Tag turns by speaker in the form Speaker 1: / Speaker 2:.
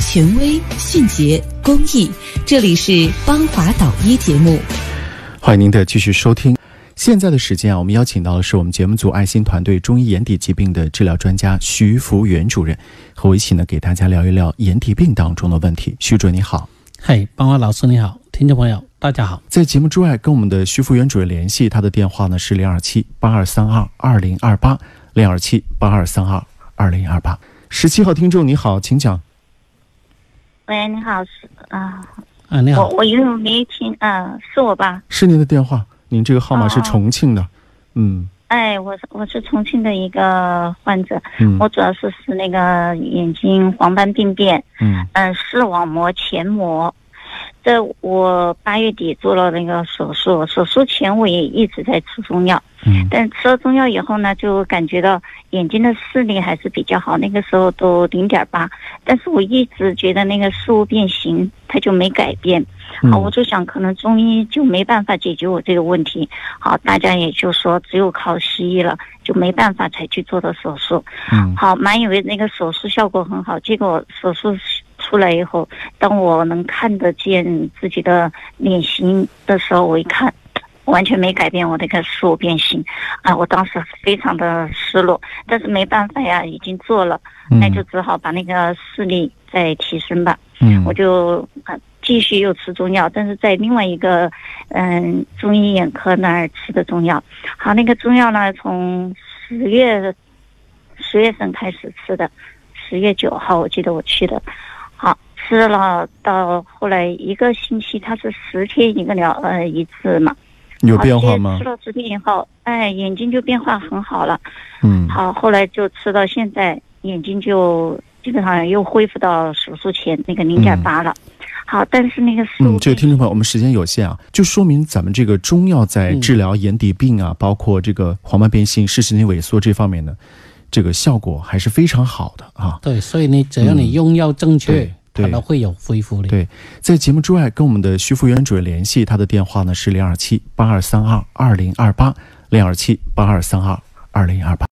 Speaker 1: 权威、迅捷、公益。这里是邦华导医节目，
Speaker 2: 欢迎您的继续收听。现在的时间啊，我们邀请到的是我们节目组爱心团队中医眼底疾病的治疗专家徐福元主任，和我一起呢给大家聊一聊眼底病当中的问题。徐主任你好，
Speaker 3: 嘿，邦华老师你好，听众朋友大家好。
Speaker 2: 在节目之外跟我们的徐福元主任联系，他的电话呢是零二七八二三二二零二八零二七八二三二二零二八。十七号听众你好，请讲。
Speaker 4: 喂，你好，是啊、
Speaker 3: 啊，你
Speaker 4: 我
Speaker 3: 好，
Speaker 4: 我因为我没听，嗯、是我吧？
Speaker 2: 是您的电话，您这个号码是
Speaker 4: 哦
Speaker 2: 重庆的，嗯
Speaker 4: 哎，我是我是重庆的一个患者，
Speaker 2: 嗯
Speaker 4: 我主要是是那个眼睛黄斑病变，
Speaker 2: 嗯
Speaker 4: 嗯、视网膜前膜。这我八月底做了那个手术，手术前我也一直在吃中药，
Speaker 2: 嗯
Speaker 4: 但吃了中药以后呢，就感觉到眼睛的视力还是比较好，那个时候都零点八，但是我一直觉得那个视物变形，它就没改变。好，
Speaker 2: 嗯
Speaker 4: 我就想可能中医就没办法解决我这个问题。好，大家也就说只有靠西医了，就没办法才去做的手术。
Speaker 2: 嗯
Speaker 4: 好，满以为那个手术效果很好，结果手术出来以后，当我能看得见自己的脸型的时候，我一看。完全没改变我那个视物变形，啊，我当时非常的失落，但是没办法呀，已经做了，那就只好把那个视力再提升吧。
Speaker 2: 嗯
Speaker 4: 我就呃继续又吃中药，但是在另外一个嗯中医眼科那儿吃的中药。好，那个中药呢，从十月十月份开始吃的，十月九号我记得我去的。好，吃了到后来一个星期，它是十天一个疗呃一次嘛。
Speaker 2: 有
Speaker 4: 好
Speaker 2: 变化
Speaker 4: 这
Speaker 2: 吗
Speaker 4: 吃？了这边以后，哎，眼睛就变化很好了。
Speaker 2: 嗯
Speaker 4: 好，后来就吃到现在，眼睛就基本上又恢复到手术前那个零点八了。好，但是那个视
Speaker 2: 嗯，
Speaker 4: 物
Speaker 2: 这个
Speaker 4: 变
Speaker 2: 听众朋友，我们时间有限啊，就说明咱们这个中药在
Speaker 3: 嗯
Speaker 2: 治疗眼底病啊，包括这个黄斑变性、视神经萎缩这方面呢，这个效果还是非常好的啊。
Speaker 3: 对，所以你只要
Speaker 2: 嗯
Speaker 3: 你用药正确，
Speaker 2: 对
Speaker 3: 它
Speaker 2: 对
Speaker 3: 都会有恢复的。
Speaker 2: 对在节目之外，跟我们的徐福元主任联系，他的电话呢是零二七八二三二二零二八零二七八二三二二零二八。